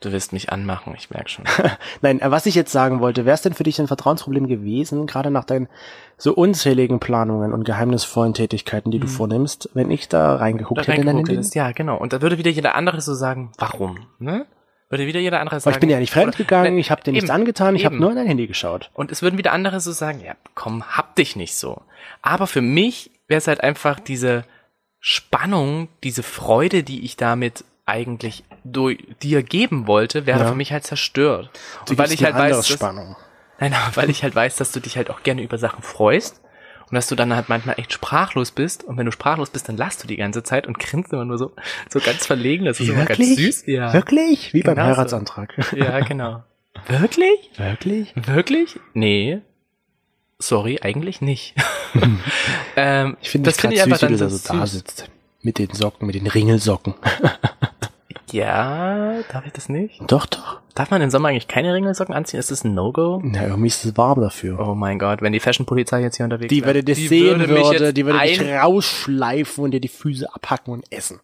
S2: Du willst mich anmachen, ich merk schon.
S1: Nein, äh, was ich jetzt sagen wollte, wäre es denn für dich ein Vertrauensproblem gewesen, gerade nach deinen so unzähligen Planungen und geheimnisvollen Tätigkeiten, die du vornimmst, wenn ich da reingeguckt
S2: Mhm. Da
S1: hätte in dein
S2: reingeguckt
S1: Leben?
S2: hättest, ja, genau. Und da würde wieder jeder andere so sagen, warum? Ne? Würde wieder jeder andere
S1: Aber
S2: sagen.
S1: ich bin ja nicht fremd gegangen,
S2: Nein,
S1: ich habe dir nichts
S2: eben,
S1: angetan, ich habe
S2: eben.
S1: nur in dein Handy geschaut.
S2: Und es würden wieder andere so sagen, ja, komm, hab dich nicht so. Aber für mich wäre es halt einfach diese Spannung, diese Freude, die ich damit eigentlich durch dir geben wollte, wäre
S1: Ja.
S2: für mich halt zerstört.
S1: Du
S2: Und weil
S1: gibst
S2: ich
S1: mir
S2: halt weiß,
S1: anderes
S2: dass,
S1: Spannung.
S2: nein, aber weil ich halt weiß, dass du dich halt auch gerne über Sachen freust und dass du dann halt manchmal echt sprachlos bist und wenn du sprachlos bist, dann lachst du die ganze Zeit und grinst immer nur so so ganz verlegen, das ist immer ganz süß. Ja.
S1: Wirklich? Wie beim
S2: Genau so.
S1: Heiratsantrag.
S2: (laughs) Ja, genau. Wirklich?
S1: Wirklich?
S2: Wirklich? Nee. Sorry, eigentlich nicht. (laughs) ähm,
S1: Hm. Ich finde das
S2: find
S1: gerade süß, wie du da
S2: so
S1: so da
S2: süß.
S1: sitzt. Mit den Socken, mit den Ringelsocken.
S2: Ja, darf ich das nicht?
S1: Doch, doch.
S2: Darf man im Sommer eigentlich keine Ringelsocken anziehen? Ist das ein No-Go?
S1: Na, irgendwie ist es warm dafür.
S2: Oh mein Gott, wenn die Fashion-Polizei jetzt hier unterwegs
S1: Die
S2: wäre,
S1: würde das sehen
S2: würde mich
S1: würde,
S2: jetzt
S1: die würde dich
S2: ein,
S1: rausschleifen und dir die Füße abhacken und essen.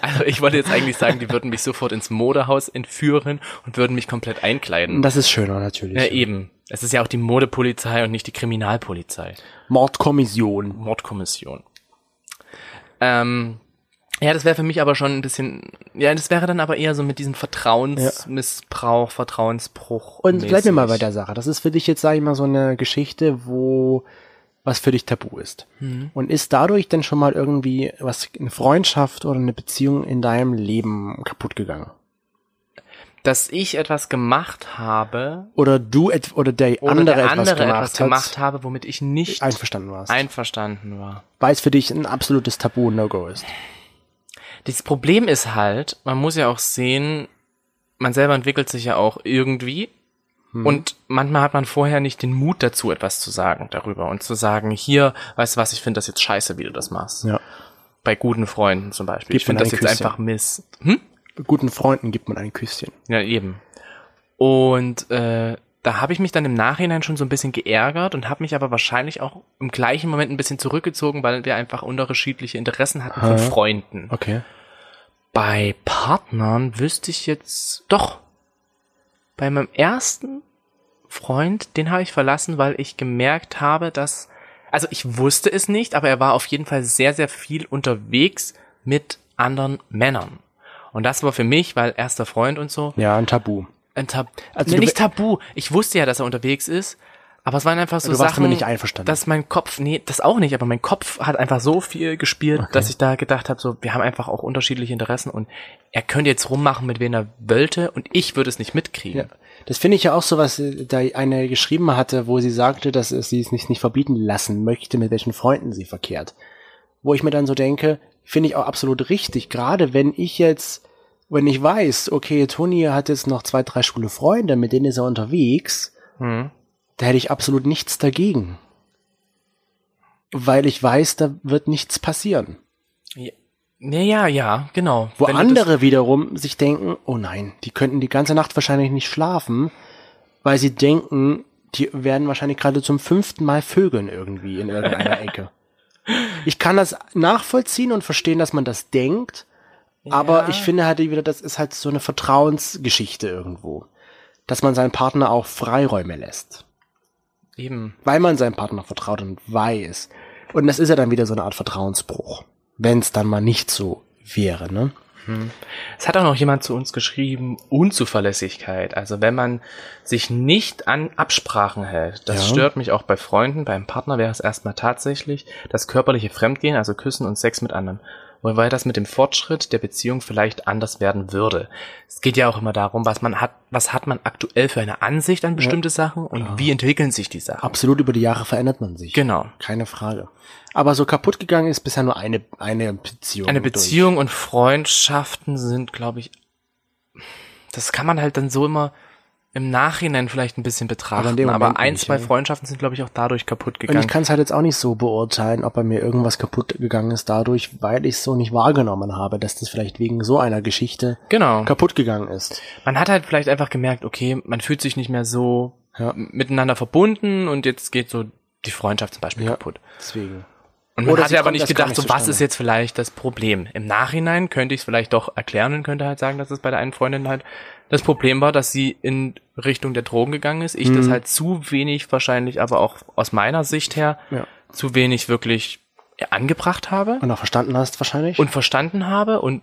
S2: Also ich wollte jetzt eigentlich sagen, die würden mich sofort ins Modehaus entführen und würden mich komplett einkleiden.
S1: Das ist schöner natürlich.
S2: Ja, eben. Es ist ja auch die Modepolizei und nicht die Kriminalpolizei.
S1: Mordkommission.
S2: Mordkommission. Ähm, ja, das wäre für mich aber schon ein bisschen, ja, das wäre dann aber eher so mit diesem Vertrauensmissbrauch, Vertrauensbruch.
S1: Und bleiben wir mal bei
S2: mäßig.
S1: der Sache. Das ist für dich jetzt, sage ich mal, so eine Geschichte, wo was für dich tabu ist.
S2: Mhm.
S1: Und ist dadurch denn schon mal irgendwie was, eine Freundschaft oder eine Beziehung in deinem Leben kaputt gegangen?
S2: Dass ich etwas gemacht habe,
S1: Oder du et oder der
S2: oder
S1: andere,
S2: der
S1: etwas
S2: andere
S1: gemacht,
S2: etwas gemacht
S1: hat,
S2: habe, womit ich nicht
S1: einverstanden warst.
S2: einverstanden war.
S1: Weil es für dich ein absolutes Tabu und No-Go ist.
S2: Das Problem ist halt, man muss ja auch sehen, man selber entwickelt sich ja auch irgendwie.
S1: Hm.
S2: Und manchmal hat man vorher nicht den Mut dazu, etwas zu sagen darüber und zu sagen, hier, weißt du was, ich finde das jetzt scheiße, wie du das machst.
S1: Ja.
S2: Bei guten Freunden zum Beispiel.
S1: Gib
S2: ich finde
S1: mir
S2: das
S1: dein
S2: jetzt
S1: Küsschen.
S2: einfach Mist. Hm?
S1: Guten Freunden gibt man ein Küsschen.
S2: Ja, eben. Und äh, da habe ich mich dann im Nachhinein schon so ein bisschen geärgert und habe mich aber wahrscheinlich auch im gleichen Moment ein bisschen zurückgezogen, weil wir einfach unterschiedliche Interessen hatten von Freunden.
S1: Okay.
S2: Bei Partnern wüsste ich jetzt doch. Bei meinem ersten Freund, den habe ich verlassen, weil ich gemerkt habe, dass also ich wusste es nicht, aber er war auf jeden Fall sehr sehr viel unterwegs mit anderen Männern. Und das war für mich, weil erster Freund und so
S1: Ja, ein Tabu.
S2: ein Tabu.
S1: Also
S2: Also nee,
S1: du
S2: nicht
S1: be-
S2: Tabu. Ich wusste ja, dass er unterwegs ist, aber es waren einfach so
S1: Du warst
S2: Sachen,
S1: damit nicht einverstanden.
S2: dass mein Kopf, nee, das auch nicht, aber mein Kopf hat einfach so viel gespielt, dass ich da gedacht habe, so wir haben einfach auch unterschiedliche Interessen und er könnte jetzt rummachen, mit wem er wollte und ich würde es nicht mitkriegen.
S1: Ja. Das finde ich ja auch so, was äh, da eine geschrieben hatte, wo sie sagte, dass es- sie es nicht, nicht verbieten lassen möchte, mit welchen Freunden sie verkehrt. Wo ich mir dann so denke, finde ich auch absolut richtig, gerade wenn ich jetzt, wenn ich weiß, okay, Toni hat jetzt noch zwei, drei schwule Freunde, mit denen ist er unterwegs,
S2: Hm.
S1: da hätte ich absolut nichts dagegen. Weil ich weiß, da wird nichts passieren.
S2: Ja. Nee, ja, ja, genau.
S1: Wo
S2: Wenn du das-
S1: andere wiederum sich denken, oh nein, die könnten die ganze Nacht wahrscheinlich nicht schlafen, weil sie denken, die werden wahrscheinlich gerade zum fünften Mal vögeln irgendwie in
S2: (laughs)
S1: irgendeiner Ecke. Ich kann das nachvollziehen und verstehen, dass man das denkt, aber
S2: Ja.
S1: ich finde halt wieder, das ist halt so eine Vertrauensgeschichte irgendwo. Dass man seinen Partner auch Freiräume lässt.
S2: eben.
S1: Weil man seinem Partner vertraut und weiß. Und das ist ja dann wieder so eine Art Vertrauensbruch. Wenn es dann mal nicht so wäre, ne?
S2: Es hat auch noch jemand zu uns geschrieben, Unzuverlässigkeit. Also wenn man sich nicht an Absprachen hält, das
S1: Ja.
S2: stört mich auch bei Freunden, beim Partner wäre es erstmal tatsächlich das körperliche Fremdgehen, also Küssen und Sex mit anderen. Wobei das mit dem Fortschritt der Beziehung vielleicht anders werden würde. Es geht ja auch immer darum, was man hat, was hat man aktuell für eine Ansicht an bestimmte Sachen und wie entwickeln sich die Sachen.
S1: Absolut, über die Jahre verändert man sich.
S2: Genau.
S1: Keine Frage. Aber so kaputt gegangen ist bisher nur eine, eine Beziehung.
S2: Eine Beziehung und Freundschaften sind, glaube ich, das kann man halt dann so immer im Nachhinein vielleicht ein bisschen
S1: Aber in
S2: betrachten.
S1: dem
S2: Aber,
S1: Moment
S2: ein,
S1: nicht,
S2: zwei
S1: ja.
S2: Freundschaften sind, glaube ich, auch dadurch kaputt
S1: Durch. Und
S2: gegangen.
S1: ich kann es halt jetzt auch nicht so beurteilen, ob bei mir irgendwas kaputt gegangen ist dadurch, weil ich es so nicht wahrgenommen habe, dass das vielleicht wegen so einer Geschichte
S2: genau.
S1: kaputt gegangen ist.
S2: Man hat halt vielleicht einfach gemerkt, okay, man fühlt sich nicht mehr so
S1: Ja.
S2: miteinander verbunden und jetzt geht so die Freundschaft zum Beispiel
S1: Ja.
S2: kaputt.
S1: Deswegen.
S2: Und man
S1: Oder
S2: hat
S1: sie
S2: ja aber
S1: kommt
S2: nicht
S1: erst gar nicht
S2: gedacht, so was
S1: zustande.
S2: ist jetzt vielleicht das Problem. Im Nachhinein könnte ich es vielleicht doch erklären und könnte halt sagen, dass es bei der einen Freundin halt das Problem war, dass sie in Richtung der Drogen gegangen ist. Ich
S1: Mhm.
S2: das halt zu wenig wahrscheinlich, aber auch aus meiner Sicht her,
S1: Ja.
S2: zu wenig wirklich angebracht habe
S1: Und auch verstanden hast wahrscheinlich.
S2: und verstanden habe und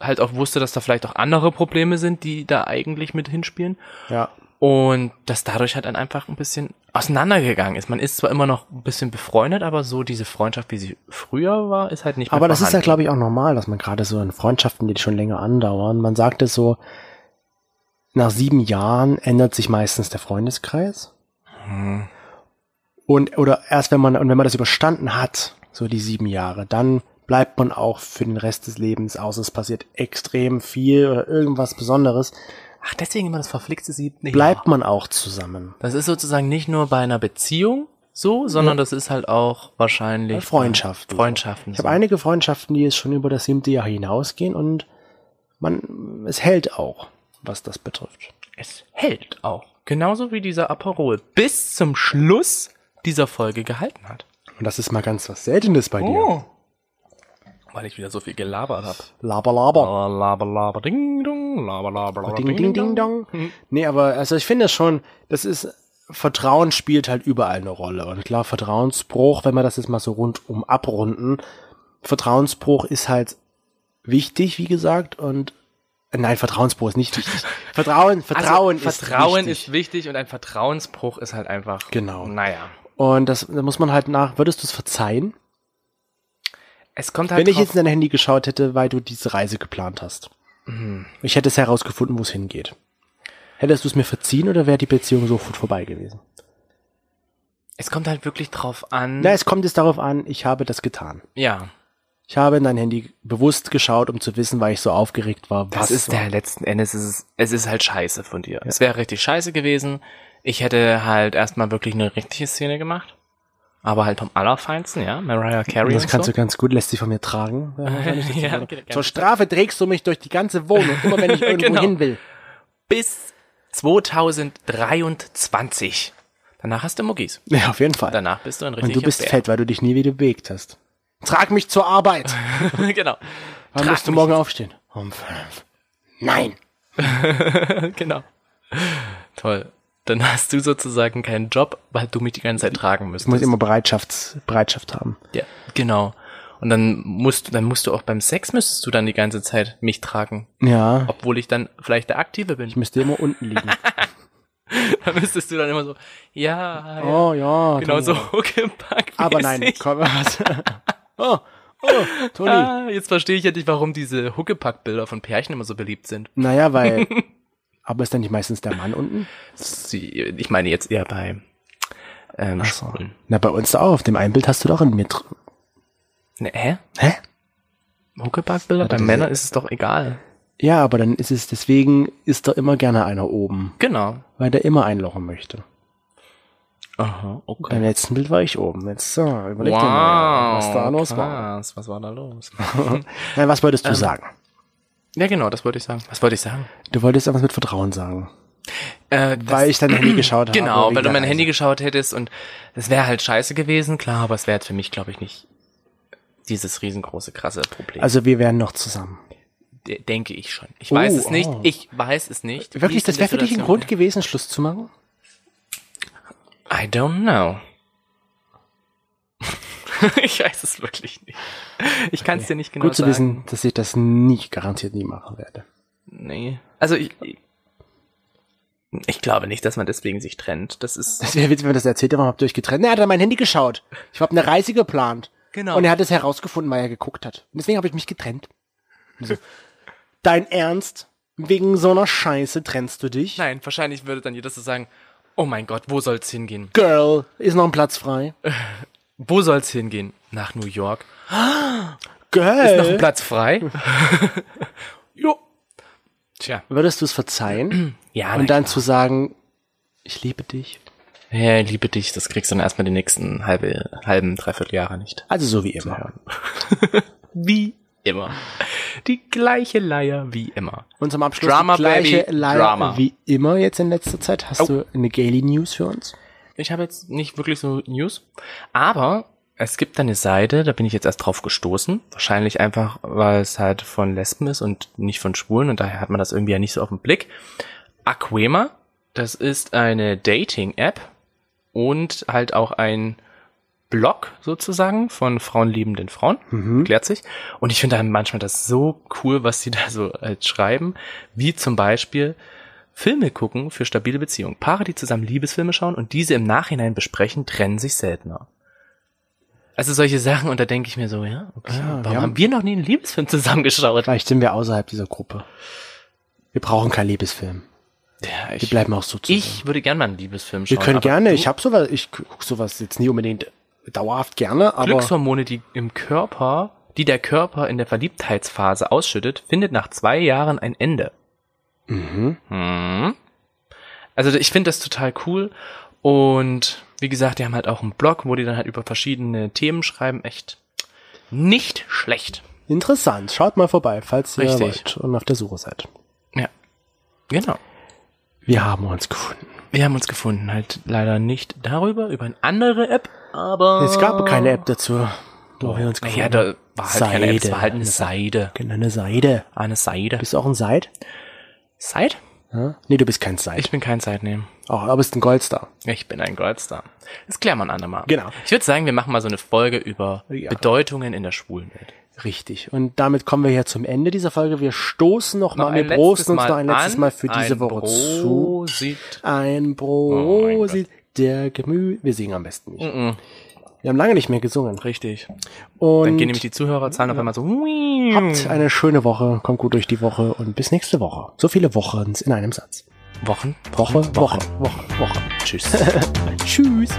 S2: halt auch wusste, dass da vielleicht auch andere Probleme sind, die da eigentlich mit hinspielen.
S1: ja.
S2: Und dass dadurch halt dann einfach ein bisschen auseinandergegangen ist. Man ist zwar immer noch ein bisschen befreundet, aber so diese Freundschaft, wie sie früher war, ist halt nicht mehr
S1: Aber das ist ja,
S2: vorhanden.
S1: glaube ich, auch normal, dass man gerade so in Freundschaften, die schon länger andauern, man sagt es so, nach sieben Jahren ändert sich meistens der Freundeskreis.
S2: Hm.
S1: Und, oder erst wenn man, und wenn man das überstanden hat, so die sieben Jahre, dann bleibt man auch für den Rest des Lebens, außer es passiert extrem viel oder irgendwas Besonderes,
S2: Ach, deswegen immer das verflixte siebte Jahr.
S1: bleibt man auch zusammen.
S2: Das ist sozusagen nicht nur bei einer Beziehung so, sondern das ist halt auch wahrscheinlich bei
S1: Freundschaften.
S2: Freundschaften.
S1: Ich habe einige Freundschaften, die jetzt schon über das siebte Jahr hinausgehen und man, es hält auch, was das betrifft.
S2: es hält auch. Genauso wie dieser Aperol bis zum Schluss dieser Folge gehalten hat.
S1: Und das ist mal ganz was Seltenes bei
S2: Oh.
S1: dir.
S2: Weil ich wieder so viel gelabert habe.
S1: Laber, laber.
S2: Laber, laber, laber, ding, dong, laber, laber, laber,
S1: Oh.
S2: Hm.
S1: Ding, ding, ding, dong. Nee, aber also ich finde schon, das ist, Vertrauen spielt halt überall eine Rolle. Und klar, Vertrauensbruch, wenn wir das jetzt mal so rundum abrunden, Vertrauensbruch ist halt wichtig, wie gesagt, und Nein, Vertrauensbruch ist nicht
S2: (laughs)
S1: wichtig. Vertrauen, Vertrauen,
S2: also, Vertrauen
S1: ist wichtig.
S2: ist wichtig und ein Vertrauensbruch ist halt einfach.
S1: Genau.
S2: Naja.
S1: Und das, da muss man halt nach, würdest du es verzeihen?
S2: Es kommt halt
S1: Wenn ich
S2: drauf-
S1: jetzt ne- in dein Handy geschaut hätte, weil du diese Reise geplant hast.
S2: Mhm.
S1: Ich hätte es herausgefunden, wo es hingeht. Hättest du es mir verziehen oder wäre die Beziehung sofort vorbei gewesen?
S2: es kommt halt wirklich drauf an.
S1: Na, es kommt jetzt darauf an, ich habe das getan.
S2: ja.
S1: Ich habe in dein Handy bewusst geschaut, um zu wissen, weil ich so aufgeregt war.
S2: Das ist der letzten Endes, es ist, es ist halt scheiße von dir. Es wäre richtig scheiße gewesen. Ich hätte halt erstmal wirklich eine richtige Szene gemacht. Aber halt vom Allerfeinsten, ja. Mariah Carey.
S1: das
S2: und
S1: kannst
S2: so.
S1: du ganz gut, lässt sich von mir tragen. Ja, wahrscheinlich dazu.
S2: (laughs) Ja, okay,
S1: Zur Strafe trägst du mich durch die ganze Wohnung, immer wenn ich
S2: (laughs)
S1: irgendwo
S2: Genau.
S1: hin will.
S2: Bis 2023. Danach hast du Muggis.
S1: Ja, auf jeden Fall.
S2: Danach bist du ein
S1: Und
S2: richtiger
S1: du bist
S2: Bär.
S1: fett, weil du dich nie wieder bewegt hast. Trag mich zur Arbeit.
S2: (laughs) genau.
S1: Wann
S2: Trag
S1: musst du
S2: mich
S1: morgen aufstehen? Um fünf. Nein.
S2: genau. Toll. Dann hast du sozusagen keinen Job, weil du mich die ganze Zeit tragen
S1: Du musst
S2: müsstest.
S1: immer Bereitschafts, Bereitschaft haben.
S2: ja, genau. Und dann musst, dann musst du auch beim Sex müsstest du dann die ganze Zeit mich tragen,
S1: Ja.
S2: obwohl ich dann vielleicht der Aktive bin.
S1: Ich müsste immer unten liegen.
S2: Da müsstest du dann immer so, (laughs) ja, ja
S1: Oh ja.
S2: genau
S1: Toni.
S2: so hochgepackt. (laughs)
S1: Aber nein, komm was. (laughs) Oh, oh, Toni.
S2: Ah, jetzt verstehe ich ja nicht, warum diese Huckepack-Bilder von Pärchen immer so beliebt sind.
S1: Naja,
S2: (laughs)
S1: weil. Aber ist dann nicht meistens der Mann unten?
S2: Sie, ich meine jetzt eher bei ähm, Schwulen.
S1: Na, bei uns auch. Auf dem Einbild hast du doch einen mit.
S2: Ne, hä?
S1: Hä?
S2: Huckepack-Bilder? Bei
S1: das-
S2: Männern ist es doch egal.
S1: Ja, aber dann ist es, deswegen ist da immer gerne einer oben,
S2: Genau.
S1: weil der immer einlochen möchte.
S2: Aha, okay.
S1: Beim letzten Bild war ich oben. Jetzt so, überleg dir mal,
S2: Wow,
S1: was da los
S2: krass. Ähm.
S1: war.
S2: Was war da los? (laughs)
S1: Nein, was wolltest du sagen?
S2: ja, genau, das wollte ich sagen. Was wollte ich sagen?
S1: Du wolltest irgendwas mit Vertrauen sagen.
S2: Äh, das-
S1: Weil ich dein
S2: (clears throat)
S1: Handy geschaut habe.
S2: genau,
S1: wegen
S2: weil du
S1: der
S2: mein
S1: Reise.
S2: Handy geschaut hättest und das wäre halt scheiße gewesen, klar, aber es wäre jetzt für mich, glaube ich, nicht dieses riesengroße, krasse Problem.
S1: Also wir wären noch zusammen.
S2: De denke ich schon. Ich
S1: Oh,
S2: weiß es nicht.
S1: oh.
S2: Ich weiß es nicht. Wie
S1: Wirklich,
S2: ist
S1: das
S2: die
S1: wäre für dich ein
S2: Situation?
S1: Grund gewesen, Schluss zu machen?
S2: I don't know. (laughs) ich weiß es wirklich nicht. Ich kann es dir nicht genau
S1: Gut zu
S2: sagen.
S1: wissen, dass ich das nie, garantiert nie machen werde.
S2: Nee. Also ich, ich glaube nicht, dass man deswegen sich trennt. Das ist
S1: Das wäre witzig, wenn wir das erzählt haben, habt ihr euch getrennt. Na, Er hat an mein Handy geschaut. Ich habe eine Reise geplant.
S2: Genau.
S1: Und er hat es herausgefunden, weil er geguckt hat. Und deswegen habe ich mich getrennt. Und
S2: (laughs)
S1: So, Dein Ernst? Wegen so einer Scheiße trennst du dich?
S2: Nein, wahrscheinlich würde dann jeder so sagen, oh mein Gott, wo soll's hingehen?
S1: Girl, ist noch ein Platz frei?
S2: Wo soll's hingehen? Nach New York.
S1: Girl,
S2: Ist noch ein
S1: (laughs)
S2: Platz frei? jo. Tja.
S1: würdest du es
S2: (clears throat)
S1: verzeihen?
S2: Ja,
S1: und dann zu sagen, ich liebe dich?
S2: hey, liebe dich, das kriegst du dann erstmal die nächsten halbe, halben, dreiviertel Jahre nicht.
S1: Also so wie immer.
S2: Wie immer. Die gleiche Leier wie immer.
S1: Und zum Abschluss
S2: Drama,
S1: die gleiche
S2: Baby,
S1: Leier
S2: Drama.
S1: wie immer jetzt in letzter Zeit. Hast
S2: Oh.
S1: du eine Gaily News für uns?
S2: Ich habe jetzt nicht wirklich so News, aber es gibt eine Seite, da bin ich jetzt erst drauf gestoßen. Wahrscheinlich einfach, weil es halt von Lesben ist und nicht von Schwulen und daher hat man das irgendwie ja nicht so auf den Blick. Aquema, das ist eine Dating-App und halt auch ein Blog sozusagen von frauenliebenden Frauen,
S1: Mhm.
S2: klärt sich. Und ich finde da manchmal das so cool, was die (laughs) da so äh, schreiben, wie zum Beispiel, Filme gucken für stabile Beziehungen. Paare, die zusammen Liebesfilme schauen und diese im Nachhinein besprechen, trennen sich seltener. Also solche Sachen, und da denke ich mir so, ja,
S1: Ah,
S2: okay,
S1: Ja,
S2: warum
S1: wir haben-
S2: haben wir noch nie einen Liebesfilm (laughs) zusammengeschaut?
S1: Vielleicht sind wir außerhalb dieser Gruppe. Wir brauchen keinen Liebesfilm.
S2: Ja,
S1: Wir
S2: ich,
S1: bleiben auch so zusammen.
S2: ich würde gerne mal einen Liebesfilm schauen.
S1: wir können
S2: aber
S1: gerne,
S2: du-
S1: ich habe sowas, ich guck sowas jetzt nie unbedingt dauerhaft gerne, aber
S2: Glückshormone, die im Körper, die der Körper in der Verliebtheitsphase ausschüttet, findet nach zwei Jahren ein Ende. Mhm. Also ich finde das total cool und wie gesagt, die haben halt auch einen Blog, wo die dann halt über verschiedene Themen schreiben. Echt nicht schlecht.
S1: interessant. Schaut mal vorbei, falls ihr
S2: Richtig.
S1: wollt und auf der Suche seid.
S2: Ja, genau.
S1: Wir haben uns gefunden.
S2: Wir haben uns gefunden, halt leider nicht darüber, über eine andere App, aber...
S1: Es gab keine App dazu, wo wir uns gefunden
S2: Ja, da war halt keine App, es
S1: Seide.
S2: war halt eine Seide.
S1: Genau, Eine Seide.
S2: Eine Seide.
S1: Bist du auch ein Seid?
S2: Seid?
S1: Ja? Nee, du bist kein Seid.
S2: Ich bin kein Zeitnehmen.
S1: Oh, aber bist ein Goldstar.
S2: Ich bin ein Goldstar. Das klären wir ein andermal.
S1: Genau.
S2: Ich würde sagen, wir machen mal so eine Folge über
S1: Ja.
S2: Bedeutungen in der Schwulenwelt.
S1: Richtig. Und damit kommen wir hier zum Ende dieser Folge. Wir stoßen noch, mal,
S2: ein
S1: wir prosten
S2: letztes
S1: uns noch ein letztes
S2: an.
S1: Mal für diese
S2: Ein
S1: Woche zu.
S2: Prosit.
S1: Ein
S2: mein
S1: Brosit der Gemü. Wir singen am besten nicht. Wir haben lange nicht mehr gesungen.
S2: Richtig.
S1: Und
S2: Dann gehen nämlich Mm. die Zuhörerzahlen auf einmal so. Habt
S1: habt eine schöne Woche, kommt gut durch die Woche und bis nächste Woche. So viele Wochen in einem Satz.
S2: Wochen.
S1: Woche, Woche, Woche, Woche.
S2: Tschüss.
S1: (laughs) Tschüss.